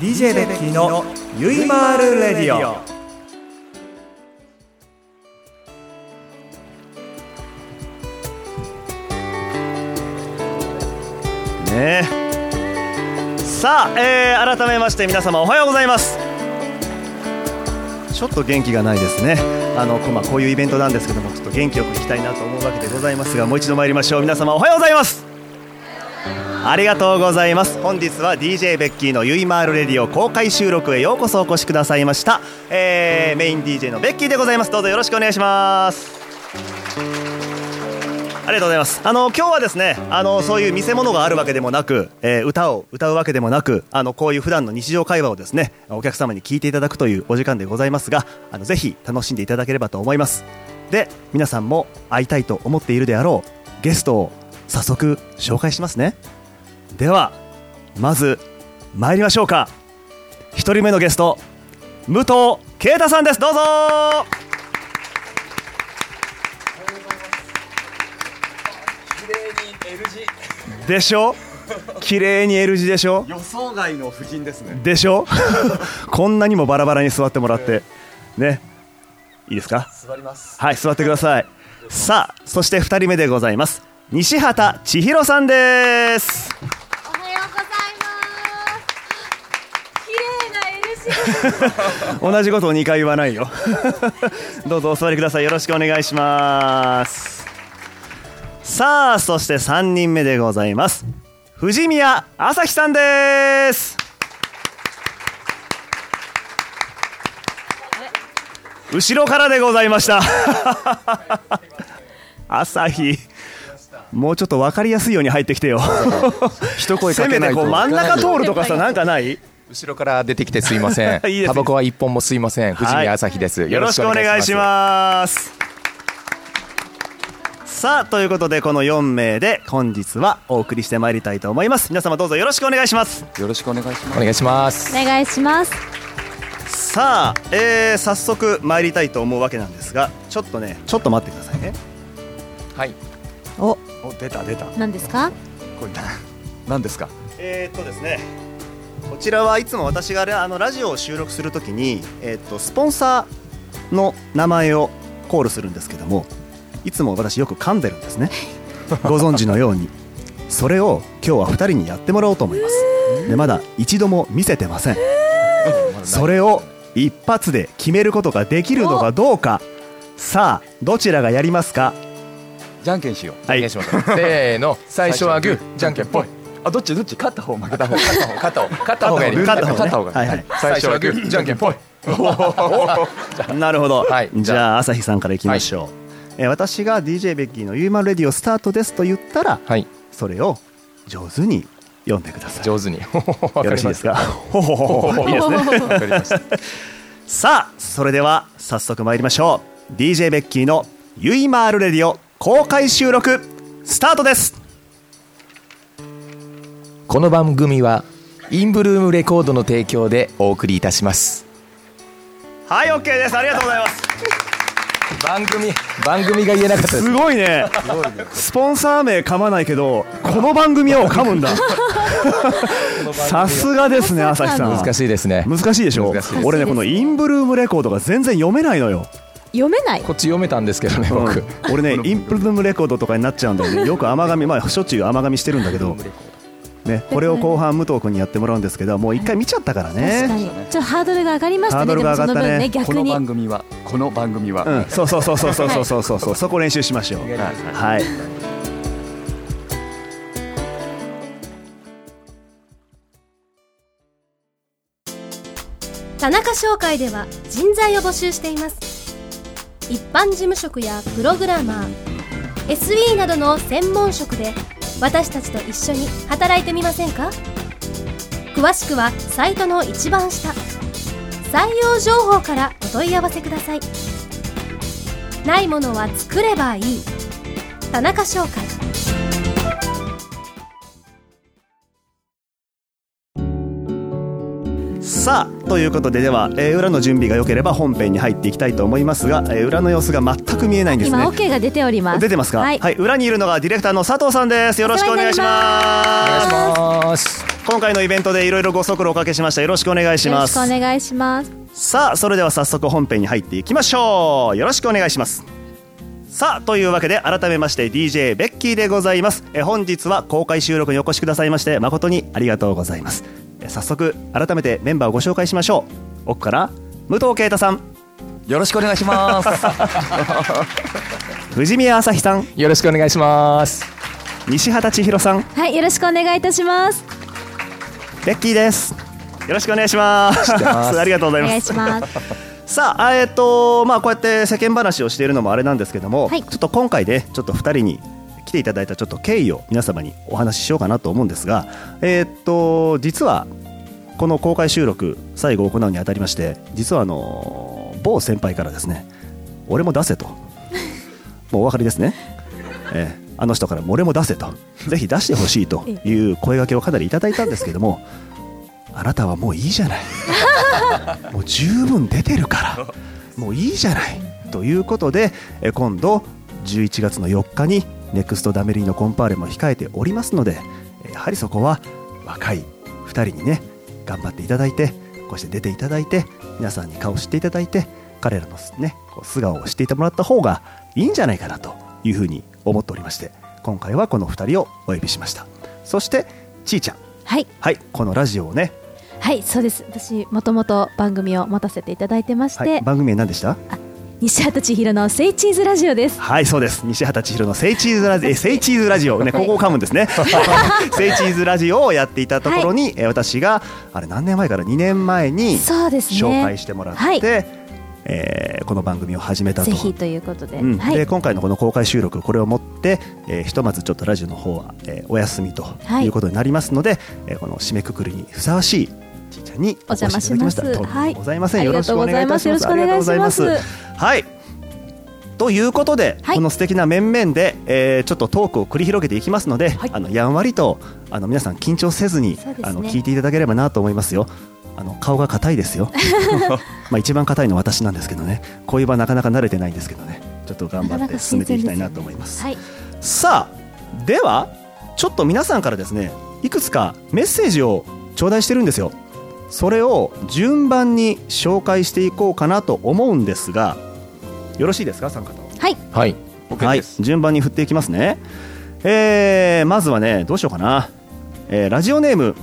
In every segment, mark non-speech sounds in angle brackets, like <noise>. DJ ベッキーのゆいまるレディオねえさあ、えー改めまして皆様おはようございますちょっと元気がないですねあのこ,、まあ、こういうイベントなんですけどもちょっと元気よく行きたいなと思うわけでございますがもう一度参りましょう皆様おはようございますありがとうございます本日は DJ ベッキーのゆいまーるレディオ公開収録へようこそお越しくださいました、えーメイン DJ のベッキーでございますどうぞよろしくお願いしますありがとうございます。あの今日はですね、あのそういう見せ物があるわけでもなく、えー歌を歌うわけでもなく、あのこういう普段の日常会話をですね、お客様に聞いていただくというお時間でございますが、あのぜひ楽しんでいただければと思います。で、皆さんも会いたいと思っているであろうゲストを早速紹介しますね。ではまず参りましょうか。一人目のゲスト、武藤慶太さんです。どうぞ。綺麗に L 字でしょ。綺麗に L 字でしょ。予想外の布陣ですねでしょ <laughs> こんなにもバラバラに座ってもらってねいいですか座りますはい座ってくださいさあそして2人目でございます西畑千尋さんですおはようございます。綺麗な L 字。同じことを2回言わないよ <laughs> どうぞお座りくださいよろしくお願いしますさあそして3人目でございます藤宮朝日さんです後ろからでございました <laughs> 朝日もうちょっと分かりやすいように入ってきてよ <laughs> 一声せかめけなていとこう真ん中通るとかさなんかない後ろから出てきてすいません <laughs> いいですタバコは一本も吸いません藤はい宮朝日です、よろしくお願いします。さあということでこの4名で本日はお送りしてまいりたいと思います皆様どうぞよろしくお願いしますすよろしくお願いしますお願いしますお願いします。さあ、えー早速参りたいと思うわけなんですがちょっとねちょっと待ってくださいねはいお、お出た出た何ですか？これ何ですかえーっとですねこちらはいつも私があのラジオを収録するときに、えーっとスポンサーの名前をコールするんですけどもいつも私よく噛んでるん <laughs> ですねご存知のようにそれを今日は2人にやってもらおうと思いますでまだ一度も見せてませんそれを一発で決めることができるのかどうかさあどちらがやりますかじゃんけんしようはお願いしますせー <laughs> の最初はグーじゃんけんぽいあどっちどっち勝った方負けた方 <laughs> 勝った方勝った方がいい勝った方ね勝った方がいいはいはい最初はグーじゃんけんぽい <laughs> なるほど、はいじじゃゃあ朝日さんからいきましょう、えー私が DJ ベッキーの「ユーマルレディオスタートです」と言ったら、はいそれを上手に読んでくださ <laughs> いよ上手にわかろしりいでますすかほほほほほいいですねわかりました <laughs> さあそれでは早速参りましょう DJ ベッキーの「ユイマールレディオ」公開収録スタートですこの番組はインブルームレコードの提供でお送りいたしますはい OK ですありがとうございます番組番組が言えなかったですすごいねスポンサー名噛まないけどこの番組を噛むんださすがですね朝日さん難しいですね難しいでしょ難しいです俺ねこのインブルームレコードが全然読めないのよ、読めない。こっち読めたんですけどねうん僕 <laughs> 俺ねインブルームレコードとかになっちゃうんだよねよく甘噛みまあしょっちゅう甘噛みしてるんだけどねこれを後半武藤君にやってもらうんですけどもう一回見ちゃったから確かねに。ちょっとハードルが上がりましたハードね。ルでがも上がそったのね分ね逆に。組はこの番組はうんそうそうそうそうそうそうそうそうそうそこ練習しましょうはい田中商会では人材を募集しています一般事務職やプログラマー SE などの専門職で私たちと一緒に働いてみませんか詳しくはサイトの一番下採用情報からお問い合わせくださいないものは作ればいい田中商会さあとということででは、えー裏の準備が良ければ本編に入っていきたいと思いますが、えー裏の様子が全く見えないんですね今 OK が出ております出てますかはい、裏にいるのがディレクターの佐藤さんですよろしくお願いしおます願いします今回のイベントでいろいろご足労おかけしましたよろしくお願いしよろましすくお願いしますさあそれでは早速本編に入っていきましょうよろしくお願いしますさあというわけで改めまして DJ ベッキーでございますえ本日は公開収録にお越しくださいまして誠にありがとうございますえ早速改めてメンバーをご紹介しましょう奥から武藤圭太さんよろしくお願いします。藤宮朝日さんよろしくお願いします西畑千尋さんはいよろしくお願いいたしますベッキーですよろしくお願いしますてま <laughs> すありがとうござおいま願いすしますさあ、あえっ、と、まあ、こうやって世間話をしているのもあれなんですけども、はいちょっと今回で、ちょっと二人に。来ていただいたちょっと経緯を皆様にお話ししようかなと思うんですが、えっと実はこの公開収録最後行うにあたりまして実はあの某先輩からですね俺も出せ <laughs> ともうお分かりですね、ええあの人からも俺も出せとぜひ出してほしいという声掛けをかなりいただいたんですけどもあなたはもういいじゃないもう十分出てるからもういいじゃないということでえ今度11月の4日にネクストダメリーのコンパーレも控えておりますのでえやはりそこは若い2人にね頑張っていただいてこうして出ていただいて皆さんに顔を知っていただいて彼らのねこう素顔を知っていてもらった方がいいんじゃないかなというふうに思っておりまして今回はこの2人をお呼びしましたそしてちーちゃんはいはいこのラジオをね、はいそうです私もともと番組を持たせていただいてまして、はい、番組名何でした西畑千尋のセイチーズラジオですはい、そうです。西畑千尋のセイチーズラジ <laughs> オ、セイチーズラジオ、ね、ここを噛むんですね。セイチーズラジオをやっていたところに、えー私が、あれ何年前から2年前にそうですね紹介してもらって、はいえーこの番組を始めたと。ぜひということで、うんはいで今回のこの公開収録これをもって、えーひとまずちょっとラジオの方は、えーお休みとはいいうことになりますので、えーこの締めくくりにふさわしいちーちゃんにお邪魔しますお越いただきましたとんでもございません、はいよろしくお願いいたしますありがとうございますあよりろがしとくうございますはいということで、はいこの素敵な面々で、えーちょっとトークを繰り広げていきますので、あのやんわりとあの皆さん緊張せずに、そうですねあの聞いていただければなと思いますよ。あの顔が硬いですよ。まあ一番硬いのは私なんですけどね。こういう場なかなか慣れてないんですけどね。ちょっと頑張って進めていきたいなと思います。はいさあではちょっと皆さんからですねいくつかメッセージを頂戴してるんですよそれを順番に紹介していこうかなと思うんですがよろしいですか参加とはいはい僕はいです。順番に振っていきますねえーまずはねどうしようかな、えーラジオネーム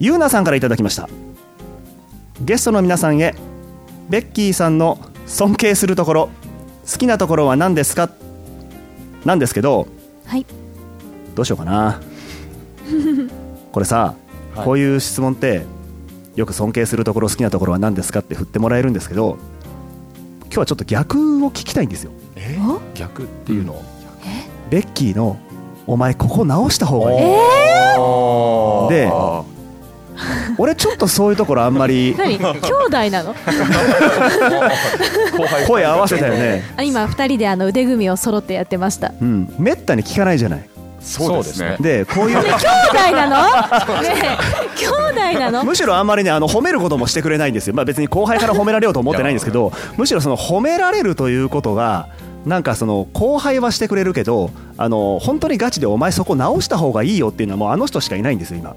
ゆうなさんからいただきましたゲストの皆さんへベッキーさんの尊敬するところ好きなところは何ですかなんですけどはいどうしようかなこれ <laughs> さ、こういう質問ってよく尊敬するところ好きなところは何ですかって振ってもらえるんですけど今日はちょっと逆を聞きたいんですよお逆っていうのベッキーの「お前ここ直した方がいい」であ俺ちょっとそういうところあんま <laughs> り何兄弟なの声合わせたよね、あ今二人であの腕組みを揃ってやってましたうん、めったに聞かないじゃないーそうですね。でこういう兄弟 <laughs> なのねえ兄弟なのむしろあんまりねあの褒めることもしてくれないんですよ、まあ、別に後輩から褒められようと思ってないんですけどむしろその褒められるということがなんかその後輩はしてくれるけどあの本当にガチでお前そこ直した方がいいよっていうのはもうあの人しかいないんですよ <laughs> 今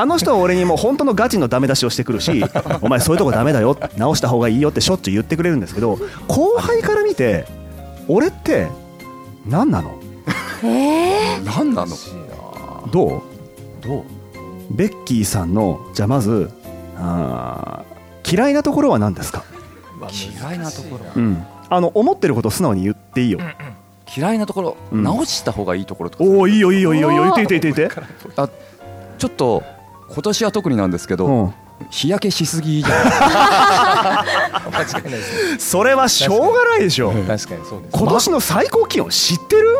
あの人は俺にもう本当のガチのダメ出しをしてくる <laughs> しお前そういうとこダメだよ直した方がいいよってしょっちゅう言ってくれるんですけど後輩から見て俺って何なのええ何なの？どうどうベッキーさんのじゃあまずあー嫌いなところは何ですか、嫌いなところ。うん、あの思ってることを素直に言っていいよ、嫌いなところ、うん直した方がいいところとか。おおいいよいいよいいよいいよお言っーて言って言ってちょっと今年は特になんですけど、うん日焼けしすぎじゃない。間違いないですねそれはしょうがないでしょ確かにそうです今年の最高気温知ってる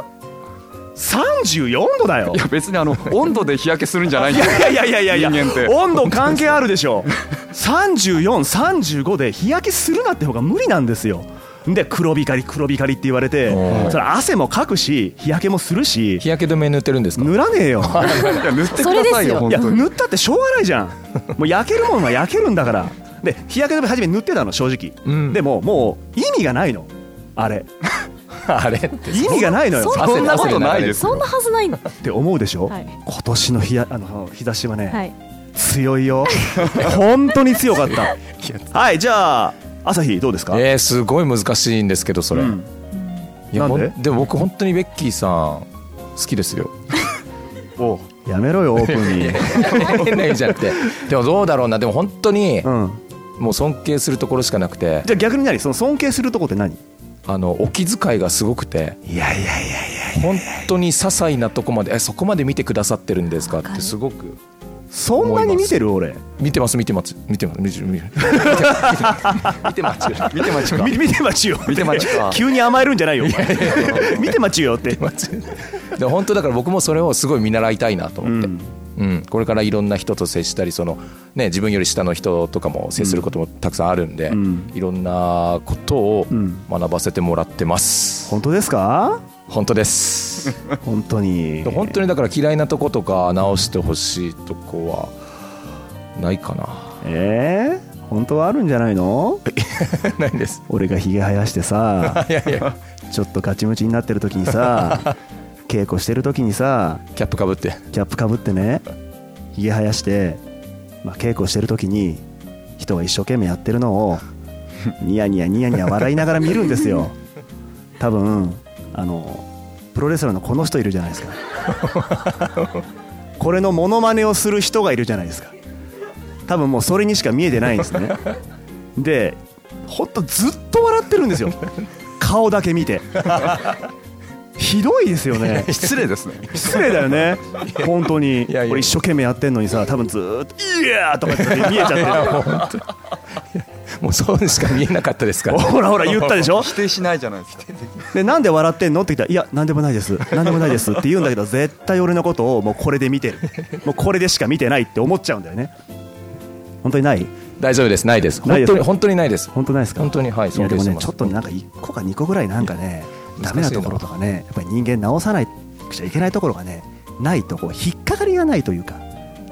34度だよいや別にあの温度で日焼けするんじゃないんいですよ。やいやいやいやいや人間って温度関係あるでしょ3435で日焼けするなって方が無理なんですよで黒光り黒光りって言われてうんそれ汗もかくし日焼けもするし日焼け止め塗ってるんですか塗らねえよいや塗ってくそれだでさすいよよ本いや当に塗ったってしょうがないじゃんもう焼けるもんは焼けるんだからで日焼け止め初め塗ってたの正直、うんでももう意味がないのあれ <laughs> あれって意味がないのよそそんなことないですそんよなはずないんって思うでしょ、はい今年の日やあの日差しはね、はい強いよ <laughs> 本当に強かったはいじゃあ朝日どうですか、えー、すごい難しいんですけどそれ、うんいやなんでほんでも僕本当にベッキーさん好きです <laughs> よおやめろよオープンに変な意味じゃなくてでもどうだろうなでも本当にうんもう尊敬するところしかなくてじゃあ逆に何その尊敬するとこって何あのお気遣いがすごくていやいやいやいや本当に些細なとこまでえそこまで見てくださってるんですかっわかてるすごくそんなに見てる俺見てます見てます見てます見てます見てます見てます見てまちかみ <laughs> 見てまちよ見て待ちか <laughs> 急に甘えるんじゃないよお前 <laughs> 見てまちよって見てます <laughs> で本当だから僕もそれをすごい見習いたいなと思って、ううんんこれからいろんな人と接したりその、ね、自分より下の人とかも接することもたくさんあるんで、うんいろんなことをうん学ばせてもらってます、本当ですか本 <laughs> 当です本当に本当にだから嫌いなとことか直してほしいとこはないかな <laughs> えー、本当はあるんじゃないのないです俺がひげ生やして <laughs> さいや <laughs> いやちょっとガチムチになってる時にさ稽古してる時にさキャップかぶってキャップかぶってねひげ生やして、まあ、稽古してる時に人が一生懸命やってるのをニヤニヤニヤニヤ笑いながら見るんですよ多分あのプロレスラーのこの人いるじゃないですかこれのモノマネをする人がいるじゃないですか多分もうそれにしか見えてないんですねでほんとずっと笑ってるんですよ顔だけ見てひどいですよね失礼ですね失礼だよ <laughs> ね本当にやいや俺一生懸命やってんのにさ多分ずーっと「いやー!」とか <laughs> って見えちゃってるもうそうしか見えなかったで <laughs> すからほらほら言ったで <laughs> しょ否定しないじゃないですかでなんで笑ってんのって言ったら「いや何でもないです何でもないです」って言うんだけど絶対俺のことをもうこれで見てるもうこれでしか見てないって思っちゃうんだよね本当にない大丈夫ですないですないです本当に本当にないです本当ないですか本当にはいやでも尊敬してねますちょっとねなんか1個か2個ぐらいなんかね難しいなダメなところとかねやっぱり人間直さないくちゃいけないところがねないとこう引っかかりがないというか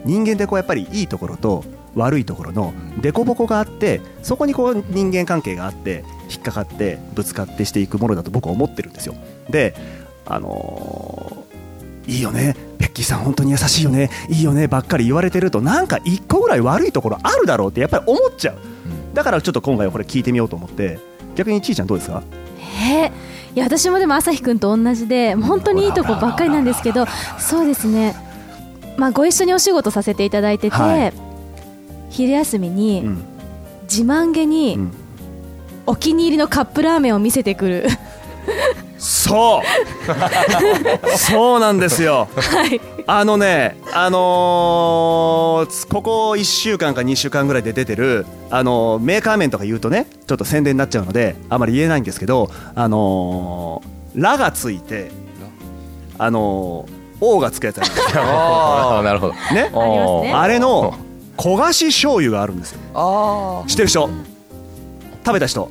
人間ってこうやっぱりいいところと悪いところの凸凹があってそこにこう人間関係があって引っかかってぶつかってしていくものだと僕は思ってるんですよであのーいいよねベッキーさん本当に優しいよねいいよねばっかり言われてるとなんか1個ぐらい悪いところあるだろうってやっぱり思っちゃうだからちょっと今回はこれ聞いてみようと思って逆にちーちゃんどうですかえーいや私もでも朝日くんと同じでもう本当にいいとこばっかりなんですけどそうですねまあご一緒にお仕事させていただいてて、はい昼休みにうん自慢げにうんお気に入りのカップラーメンを見せてくるそうそうなんですよはいあのねあのーここ1週間か2週間ぐらいで出てる、あのーメーカー面とか言うとねちょっと宣伝になっちゃうのであまり言えないんですけどあのー「ら」がついてあのー「お」がつくやつあるんですよああなるほどねありますねあれの焦がし醤油があるんですよあ知ってる人食べた人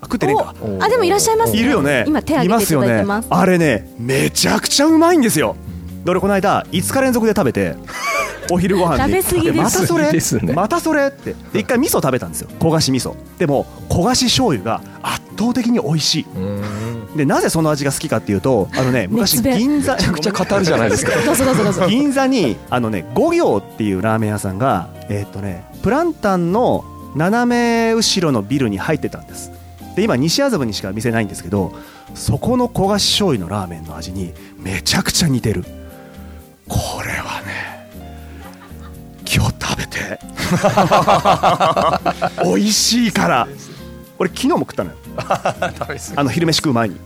あ食ってねえかおあでもいらっしゃいますねいるよね今手挙げていただいてますよねあれねめちゃくちゃうまいんですよで俺この間5日連続で食べてお昼ご飯に食べ過ぎですまたそれですねまたそれってで一回味噌食べたんですよ焦がし味噌でも焦がし醤油が圧倒的に美味しうーんいでなぜその味が好きかっていうとあのね昔熱弁銀座めちゃめちゃ語るじゃないですかどうぞどうぞどうぞ銀座にあのね五行っていうラーメン屋さんがえーっとねプランタンの斜め後ろのビルに入ってたんですで今西麻布にしか店ないんですけどそこの焦がし醤油のラーメンの味にめちゃくちゃ似てるこれはね今日食べ <laughs> て美味しいから俺昨日も食ったのよあの昼飯食う前に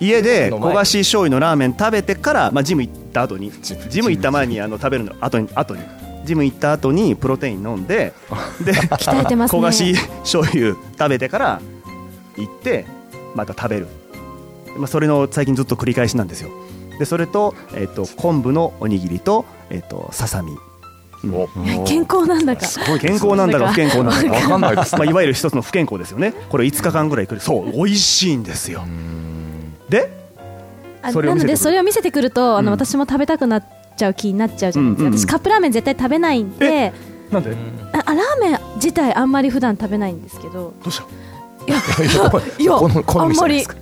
家で焦がし醤油のラーメン食べてから、まあ、ジム行った後にジムジム行った前にあの食べるの後に後にジム行った後にプロテイン飲ん <laughs> でで鍛えてますね焦がし醤油食べてから行ってまた食べる、まあ、それの最近ずっと繰り返しなんですよでそれと,、えっと昆布のおにぎりと,、えっとささみお健康なんだか健康なんだか不健康なんだわかかんないで <laughs> すまあ、いわゆる一つの不健康ですよねこれ5日間ぐらいくるそう美味しいんですよであそれをな見せてくるのでそれを見せてくると、あの私も食べたくなっちゃう気になっちゃうじゃないですか、うんうんうん私カップラーメン絶対食べないんでなんでどああラーメン自体あんまり普段食べないんですけどうしたいやいや好み好あんみじゃまないでりすか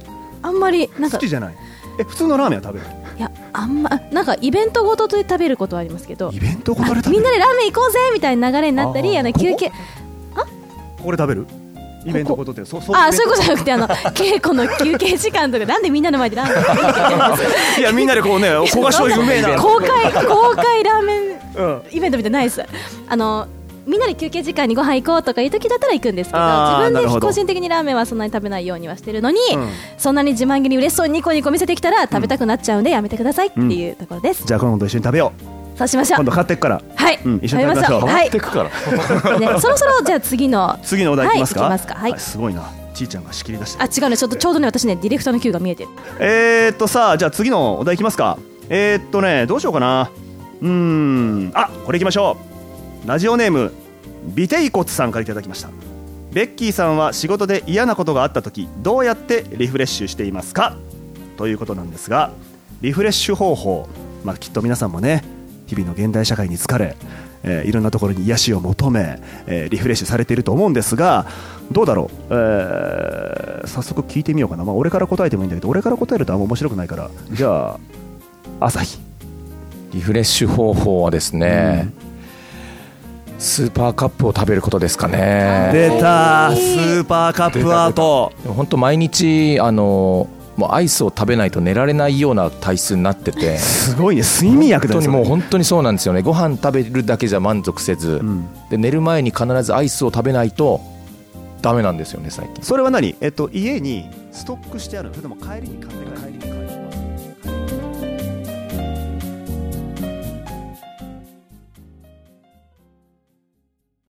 あんまりなん好かきじゃないえ普通のラーメンは食べるいやあんまなんかイベントごとで食べることはありますけどイベントごとで食べみるんなでラーメン行こうぜみたいな流れになったりあの休憩ここで食べるイベントごとでそうそうあそういうことじゃなく <laughs> てあの稽古の休憩時間とかなんでみんなの前でラーメン食べるいやみんなでこうね焦がし醤油うめえな公開公開ラーメンうんイベントみたいなのないですあのみんなで休憩時間にご飯行こうとかいう時だったら行くんですけどあー自なる分ほでど個人的にラーメンはそんなに食べないようにはしてるのに、うんそんなに自慢げに嬉しそうにニコニコ見せてきたら食べたくなっちゃうんでやめてくださいっていうところです、じゃあ今度一緒に食べようそうしましょ今う度買ってくからはい、うん一緒に食べましょう食べはいてくからねそろそろじゃあ次の <laughs> 次のお題いきますかはい、いきますかはいあすごいなちーちゃんが仕切り出したあ違うねちょっとちょうどね私ねディレクターの Q が見えてるえー、っとさあじゃあ次のお題いきますかえー、っとねどうしようかなうーんあこれいきましょうラジオネームビテイコツさんからいただきましたベッキーさんは仕事で嫌なことがあった時どうやってリフレッシュしていますかということなんですがリフレッシュ方法、まあ、きっと皆さんもね日々の現代社会に疲れ、えーいろんなところに癒しを求め、えーリフレッシュされていると思うんですがどうだろう、えー早速聞いてみようかな、まあ、俺から答えてもいいんだけど俺から答えるとあんま面白くないからじゃあ朝日リフレッシュ方法はですね、スーパーカップを食べることですかね。出たスーパーカップアート本当毎日あのもうアイスを食べないと寝られないような体質になって <laughs> て。すごいね睡眠薬本だ当よにもう本当にそうなんですよねご飯食べるだけじゃ満足せず、んで寝る前に必ずアイスを食べないとダメなんですよね最近それは何、えっと、家にストックしてあるのそれとも帰りに買って帰る